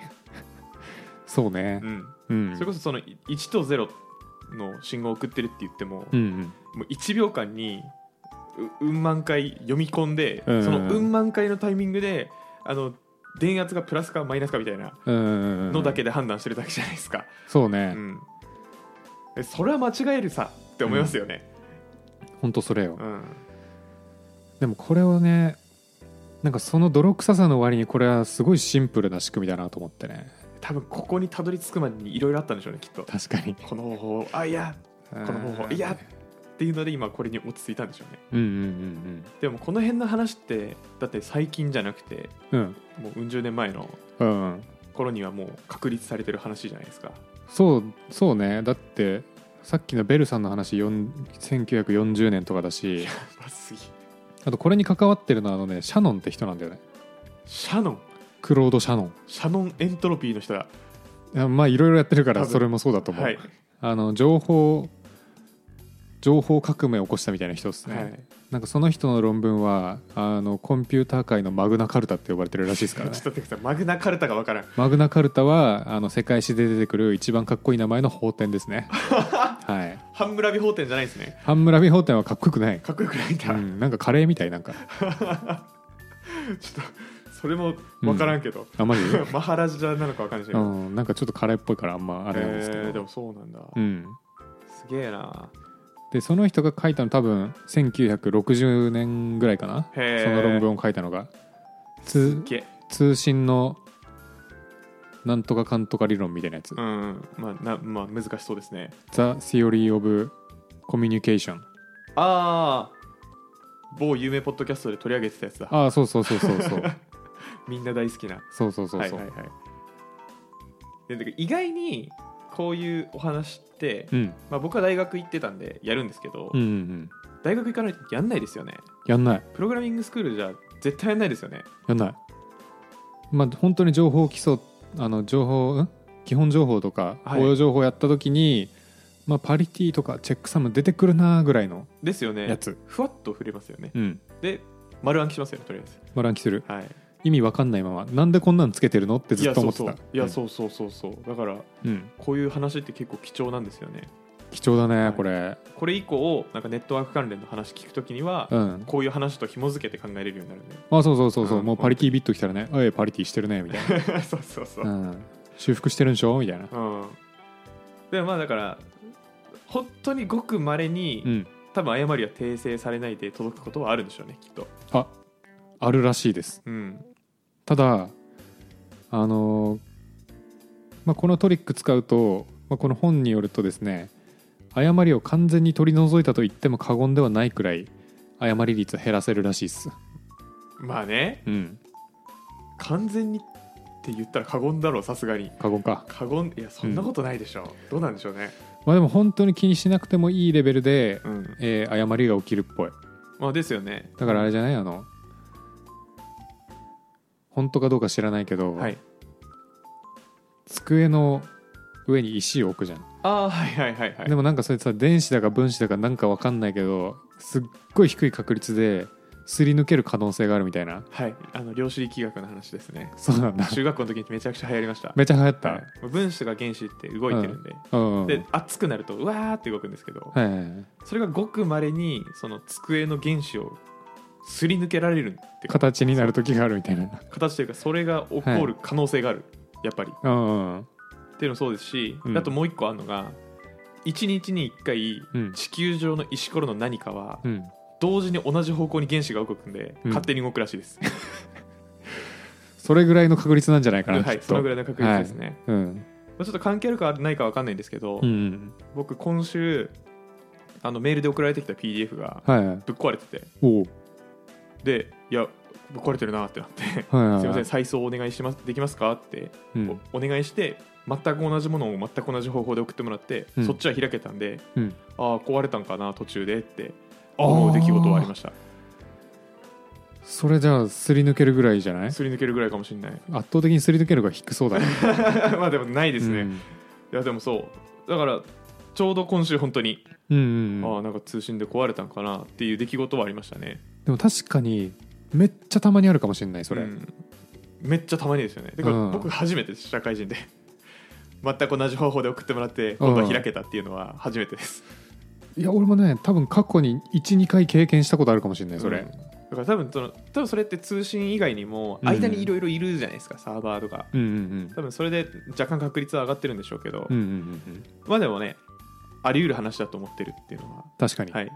Speaker 1: そうね
Speaker 2: うん、
Speaker 1: うん
Speaker 2: それこそそのい1と0の信号を送ってるって言っても,、
Speaker 1: うんうん
Speaker 2: もう1秒間にううん万回読み込んで、
Speaker 1: うん
Speaker 2: そのうん万回のタイミングであの電圧がプラスかマイナスかみたいな
Speaker 1: うんうんうん
Speaker 2: のだけで判断してるだけじゃないですか、
Speaker 1: そう
Speaker 2: う
Speaker 1: ね、
Speaker 2: んえそれは間違えるさって思いますよね、
Speaker 1: ほんとそれよ
Speaker 2: うん
Speaker 1: でもこれをねなんかその泥臭さの割にこれはすごいシンプルな仕組みだなと思ってね
Speaker 2: 多分ここにたどり着くまでにいろいろあったんでしょうねきっと
Speaker 1: 確かに
Speaker 2: この方法あいや
Speaker 1: こ
Speaker 2: の方法いやっていうので今これに落ち着いたんでしょうね
Speaker 1: うんうん
Speaker 2: でもこの辺の話ってだって最近じゃなくて
Speaker 1: うんうんうん
Speaker 2: もううん十年前の
Speaker 1: うんうん
Speaker 2: 頃にはもう確立されてる話じゃないですか
Speaker 1: そうそうねだってさっきのベルさんの話よん1940年とかだし
Speaker 2: まずい
Speaker 1: あとこれに関わってるのはあのねシャノンって人なんだよね
Speaker 2: シャノン
Speaker 1: クロード・シャノン
Speaker 2: シャノンエントロピーの人だ
Speaker 1: いやまあいろいろやってるから
Speaker 2: 多分
Speaker 1: それもそうだと思う、
Speaker 2: はい、
Speaker 1: あの情報情報革命を起こしたみたいな人ですね、
Speaker 2: はい、
Speaker 1: なんかその人の論文はあのコンピューター界のマグナカルタって呼ばれてるらしいです
Speaker 2: ちょ
Speaker 1: か
Speaker 2: っ
Speaker 1: らね
Speaker 2: と待ってくださいマグナカルタがわからん
Speaker 1: マグナカルタはあの世界史で出てくる一番かっこいい名前の法典です ねはい
Speaker 2: ハンムラビ法典じゃないですね
Speaker 1: ハンムラビ法典はかっこよくない
Speaker 2: かっこよくないんだ、
Speaker 1: うん、なんかカレーみたいなんか
Speaker 2: ちょっとそれもわからんけど、
Speaker 1: あま り、
Speaker 2: マハラジャなのかわかんないけ
Speaker 1: う
Speaker 2: ど、
Speaker 1: ん、なんかちょっとカレーっぽいからあんまあれなんですけど、
Speaker 2: えーでもそうなんだ、
Speaker 1: うん、
Speaker 2: すげえな
Speaker 1: でその人が書いたの多分1960年ぐらいかな
Speaker 2: へえ
Speaker 1: その論文を書いたのがつ
Speaker 2: すっげえ
Speaker 1: 通信のなんとかかんとか理論みたいなやつ、
Speaker 2: うんまあなまあ難しそうですね
Speaker 1: The Theory of Communication
Speaker 2: ああ某有名ポッドキャストで取り上げてたやつだ
Speaker 1: ああそうそうそうそうそう
Speaker 2: みんな大好きな
Speaker 1: そうそうそうそう、
Speaker 2: はいはいはいでだから意外にこういうお話って、
Speaker 1: うん
Speaker 2: まあ、僕は大学行ってたんでやるんですけど、
Speaker 1: うんうんうん
Speaker 2: 大学行かないとやんないですよね
Speaker 1: やんない
Speaker 2: プログラミングスクールじゃ絶対やんないですよね
Speaker 1: やんないまあ本当に情報基礎あの情報ん基本情報とか
Speaker 2: はい
Speaker 1: 応用情報やった時に、まあ、パリティとかチェックサム出てくるなぐらいの
Speaker 2: ですよね
Speaker 1: やつ、
Speaker 2: ふわっと触れますよね
Speaker 1: うん
Speaker 2: で丸暗記しますよねとりあえず
Speaker 1: まあ乱気する
Speaker 2: はい
Speaker 1: 意味わかんないままなんでこんなんつけてるのって
Speaker 2: い
Speaker 1: ずっ
Speaker 2: や
Speaker 1: と
Speaker 2: そ
Speaker 1: 思
Speaker 2: う
Speaker 1: って
Speaker 2: そう
Speaker 1: た
Speaker 2: いやそうそうそうそうだから
Speaker 1: うん、うん
Speaker 2: こういう話って結構貴重なんですよね
Speaker 1: 貴重だね、
Speaker 2: はい
Speaker 1: これ
Speaker 2: これ以降なんかネットワーク関連の話聞くときには、
Speaker 1: うん
Speaker 2: こういう話と紐付けて考えれるようになる
Speaker 1: あそうそうそうそう、
Speaker 2: うん
Speaker 1: もうパリティビット来たらね「おいパリティしてるね」みたい
Speaker 2: ねそうそう そう、
Speaker 1: な、うん、修復してるんでしょみたいな
Speaker 2: うん、でもまあだから本当にごくまれに、
Speaker 1: うん
Speaker 2: 多分誤りは訂正されないで届くことはあるんでしょうねきっと、
Speaker 1: ああるらしいです
Speaker 2: うん、
Speaker 1: ただあのーまあ、このトリック使うと、まあ、この本によるとですね誤りを完全に取り除いたと言っても過言ではないくらい誤り率を減らせるらしいっす、
Speaker 2: まあね
Speaker 1: うん、
Speaker 2: 完全にって言ったら過言だろうさすがに
Speaker 1: 過言か
Speaker 2: 過言いやそんなことないでしょう、どうなんでしょうね、
Speaker 1: まあでも本当に気にしなくてもいいレベルで、
Speaker 2: うん
Speaker 1: えー誤りが起きるっぽい
Speaker 2: まあ、ですよね
Speaker 1: だからあれじゃないあの本当かどうか知らないけど、
Speaker 2: はい
Speaker 1: 机の上に石を置くじゃん、
Speaker 2: ああはいはいはいはい
Speaker 1: でもなんかそれさ電子だか分子だかなんかわかんないけどすっごい低い確率ですり抜ける可能性があるみたいな
Speaker 2: はいあの量子力学の話ですね
Speaker 1: そうなん だ
Speaker 2: 中学校の時にめちゃくちゃ流行りました
Speaker 1: めちゃ流行った、
Speaker 2: はい分子とか原子って動いてるんで、
Speaker 1: うんうん
Speaker 2: で熱くなるとうわーって動くんですけど、
Speaker 1: はいはいはい
Speaker 2: それがごくまれにその机の原子をすり抜けられるってか
Speaker 1: 形になる時があるみたいな
Speaker 2: 形というかそれが起こる可能性がある、やっぱりっ
Speaker 1: うんうん
Speaker 2: ていうのもそうですし、
Speaker 1: うん
Speaker 2: あともう一個あるのが1日に1回
Speaker 1: うん
Speaker 2: 地球上の石ころの何かは
Speaker 1: うん
Speaker 2: 同時に同じ方向に原子が動くんで、
Speaker 1: うん
Speaker 2: 勝手に動くらしいです、
Speaker 1: それぐらいの確率なんじゃないかな、
Speaker 2: はい
Speaker 1: きっ
Speaker 2: そ
Speaker 1: と
Speaker 2: のぐらいの確率ですね、
Speaker 1: うん
Speaker 2: まあちょっと関係あるかないか分かんないんですけど、
Speaker 1: うんうん
Speaker 2: 僕今週あのメールで送られてきた PDF が
Speaker 1: はいはい
Speaker 2: ぶっ壊れてて
Speaker 1: おう
Speaker 2: でいやぶっ壊れてるなって なって
Speaker 1: はいはいはい
Speaker 2: すいません再送お願いしますできますかって
Speaker 1: うん
Speaker 2: おお願いして全く同じものを全く同じ方法で送ってもらって、
Speaker 1: うん
Speaker 2: そっちは開けたんで
Speaker 1: うん
Speaker 2: ああ壊れたんかな途中でって
Speaker 1: あー
Speaker 2: 思う出来事はありました
Speaker 1: それじゃあすり抜けるぐらいじゃない
Speaker 2: すり抜けるぐらいかもしれない
Speaker 1: 圧倒的にすり抜けるが低そうだね。
Speaker 2: まあでもない ですね、
Speaker 1: う
Speaker 2: い
Speaker 1: ん
Speaker 2: やでもそうだからちょうど今週本当に、
Speaker 1: うんうん
Speaker 2: あ
Speaker 1: うん
Speaker 2: あなんか通信で壊れたんかなっていう出来事はありましたね
Speaker 1: でも確かにめっちゃたまにあるかもしれないそれ、
Speaker 2: うんめっちゃたまにですよねだから
Speaker 1: うん
Speaker 2: 僕初めてです社会人で 全く同じ方法で送ってもらって今度は開けたっていうのは初めてです、
Speaker 1: いや俺もね多分過去に12回経験したことあるかもしれないそれ、
Speaker 2: うんだから多分その多分それって通信以外にも
Speaker 1: うん
Speaker 2: 間にいろいろいるじゃないですか、サーバーとか
Speaker 1: うん、うん
Speaker 2: 多分それで若干確率は上がってるんでしょうけど、
Speaker 1: うんうんうんうん
Speaker 2: まあでもねあり得る話だと思ってるっていうのは、
Speaker 1: 確かに、
Speaker 2: はい、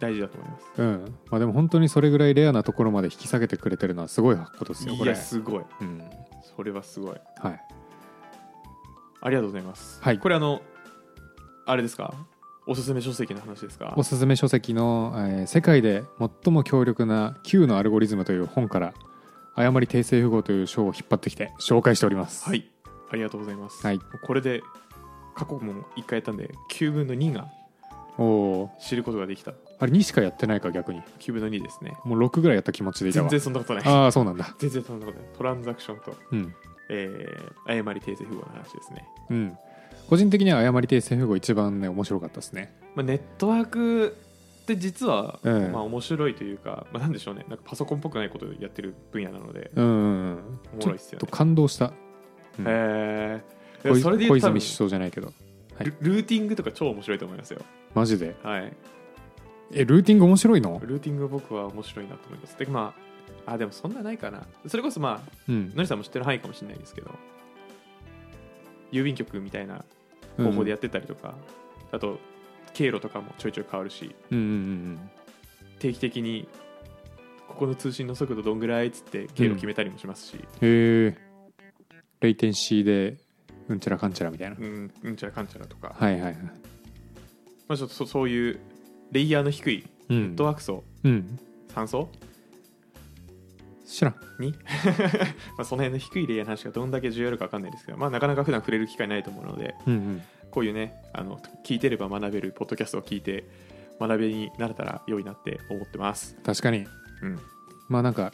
Speaker 2: 大事だと思います
Speaker 1: うんまあ、でも本当にそれぐらいレアなところまで引き下げてくれてるのはすごいことですよこ
Speaker 2: い
Speaker 1: れ
Speaker 2: やすごい
Speaker 1: うん
Speaker 2: それはすごい
Speaker 1: はい、
Speaker 2: ありがとうございます、
Speaker 1: はい
Speaker 2: これあのあれですかおすすめ書籍の話ですか
Speaker 1: おすすめ書籍の、えー世界で最も強力な Q のアルゴリズム」という本から「誤り訂正符号」という章を引っ張ってきて紹介しております、
Speaker 2: はいありがとうございます、
Speaker 1: はい
Speaker 2: これで過去も1回やったんで9分の2が
Speaker 1: おお
Speaker 2: 知ることができた
Speaker 1: あれ2しかやってないか逆に
Speaker 2: 9分の2ですね
Speaker 1: もう6ぐらいやった気持ちでいた
Speaker 2: 全
Speaker 1: わ
Speaker 2: 然そんなことない
Speaker 1: ああそうなんだ
Speaker 2: 全然そんなことないトランザクションと、
Speaker 1: うん
Speaker 2: えー、誤り訂正符号の話ですね、
Speaker 1: うん個人的には誤り訂正符号一番ね面白かったですね
Speaker 2: まあ、ネットワークって実は、
Speaker 1: ええ
Speaker 2: まあ、面白いというか、まあ、なんでしょうねなんかパソコンっぽくないことをやってる分野なので、
Speaker 1: うんうんうん
Speaker 2: お
Speaker 1: ち
Speaker 2: も
Speaker 1: ょ
Speaker 2: ろい
Speaker 1: っ
Speaker 2: っすよね
Speaker 1: と感動した、うん
Speaker 2: えー、
Speaker 1: 小
Speaker 2: それで言
Speaker 1: 小
Speaker 2: うと多
Speaker 1: 泉首
Speaker 2: 分
Speaker 1: 相じゃないけどはい
Speaker 2: ルルーティングとか超面白いと思いますよ
Speaker 1: マジで
Speaker 2: はい
Speaker 1: えルーティング面白いの
Speaker 2: ルーティング僕は面白いなと思いますでまああでもそんなないかなそれこそまあ
Speaker 1: うん
Speaker 2: のりさんも知ってる範囲かもしれないですけど郵便局みたいな方法でやってたりとか、あと経路とかもちょいちょい変わるし
Speaker 1: うんうんうん
Speaker 2: 定期的にこここの通信の速度どんぐらいっつって経路決めたりもしますし、
Speaker 1: へえレイテンシーでうんちゃらかんちゃらみたいな、
Speaker 2: うん、うんちゃらかんちゃらとか、
Speaker 1: はいはいはい
Speaker 2: まあ、ちょっとそそういうレイヤーの低い
Speaker 1: うん
Speaker 2: ネットワーク層、
Speaker 1: うん
Speaker 2: 3層
Speaker 1: 知らん
Speaker 2: にまあその辺の低いレイヤーの話がどんだけ重要あるか分かんないですけど、まあ、なかなか普段触れる機会ないと思うので
Speaker 1: うんうん
Speaker 2: こういうねあの聞いてれば学べるポッドキャストを聞いて学びになれたら良いなって思ってます、
Speaker 1: 確かに
Speaker 2: うん、
Speaker 1: まあなんか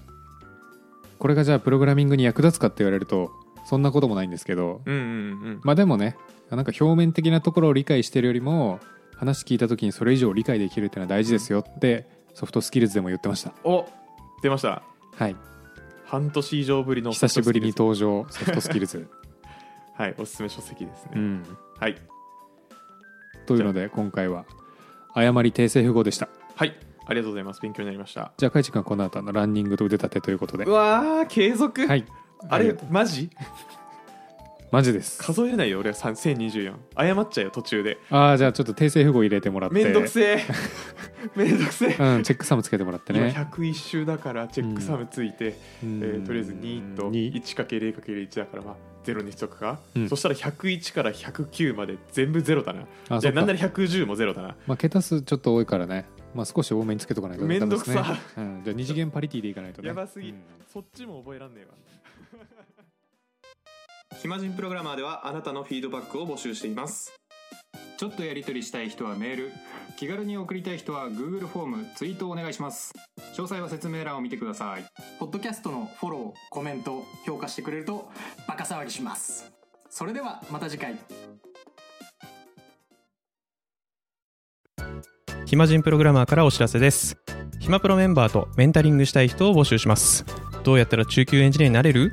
Speaker 1: これがじゃあプログラミングに役立つかって言われるとそんなこともないんですけど
Speaker 2: うんうんうん
Speaker 1: まあでもねなんか表面的なところを理解してるよりも話聞いた時にそれ以上理解できるっていうのは大事ですよってソフトスキルズでも言ってました
Speaker 2: お出ました
Speaker 1: はい
Speaker 2: 半年以上ぶりの
Speaker 1: 久しぶりに
Speaker 2: ソフト
Speaker 1: 登場ソフトスキル ズ、
Speaker 2: スキルですはいおすすめ書籍ですね、
Speaker 1: うん、
Speaker 2: はい
Speaker 1: というので今回は誤り訂正符号でした
Speaker 2: はいありがとうございます勉強になりました
Speaker 1: じゃあカイチ君はこの後のランニングと腕立てということで
Speaker 2: うわー継続、
Speaker 1: はい
Speaker 2: あ
Speaker 1: り
Speaker 2: れ
Speaker 1: がとう
Speaker 2: マジ
Speaker 1: マジです
Speaker 2: 数えれないよ俺は3024謝っちゃうよ途中で
Speaker 1: ああじゃあちょっと訂正符号入れてもらって
Speaker 2: めんどくせえ めんどくせえ
Speaker 1: うん、チェックサムつけてもらって
Speaker 2: 今
Speaker 1: ね、
Speaker 2: 101周だからチェックサムついて、えーとりあえず2と
Speaker 1: 2
Speaker 2: 1×0×1 だからまあ0にしとくか、
Speaker 1: うん
Speaker 2: そしたら101から109まで全部0だな
Speaker 1: あそ
Speaker 2: じゃ
Speaker 1: っ
Speaker 2: あなんな
Speaker 1: か、
Speaker 2: ら110も0だな
Speaker 1: まあ、桁数ちょっと多いからね、まあ、少し多めにつけとかないと
Speaker 2: めんどくさ
Speaker 1: ダメですねうん、じゃあ二次元パリティでいかないとね
Speaker 2: やばすぎそっちも覚えらんねえわ暇人プログラマーではあなたのフィードバックを募集しています
Speaker 3: ちょっとやり取りしたい人はメール気軽に送りたい人は Google フォームツイートをお願いします詳細は説明欄を見てください
Speaker 4: ポッドキャストのフォロー、コメント、評価してくれるとバカ騒ぎします。それではまた次回。
Speaker 5: 暇人プログラマーからお知らせです暇プロメンバーとメンタリングしたい人を募集しますどうやったら中級エンジニアになれる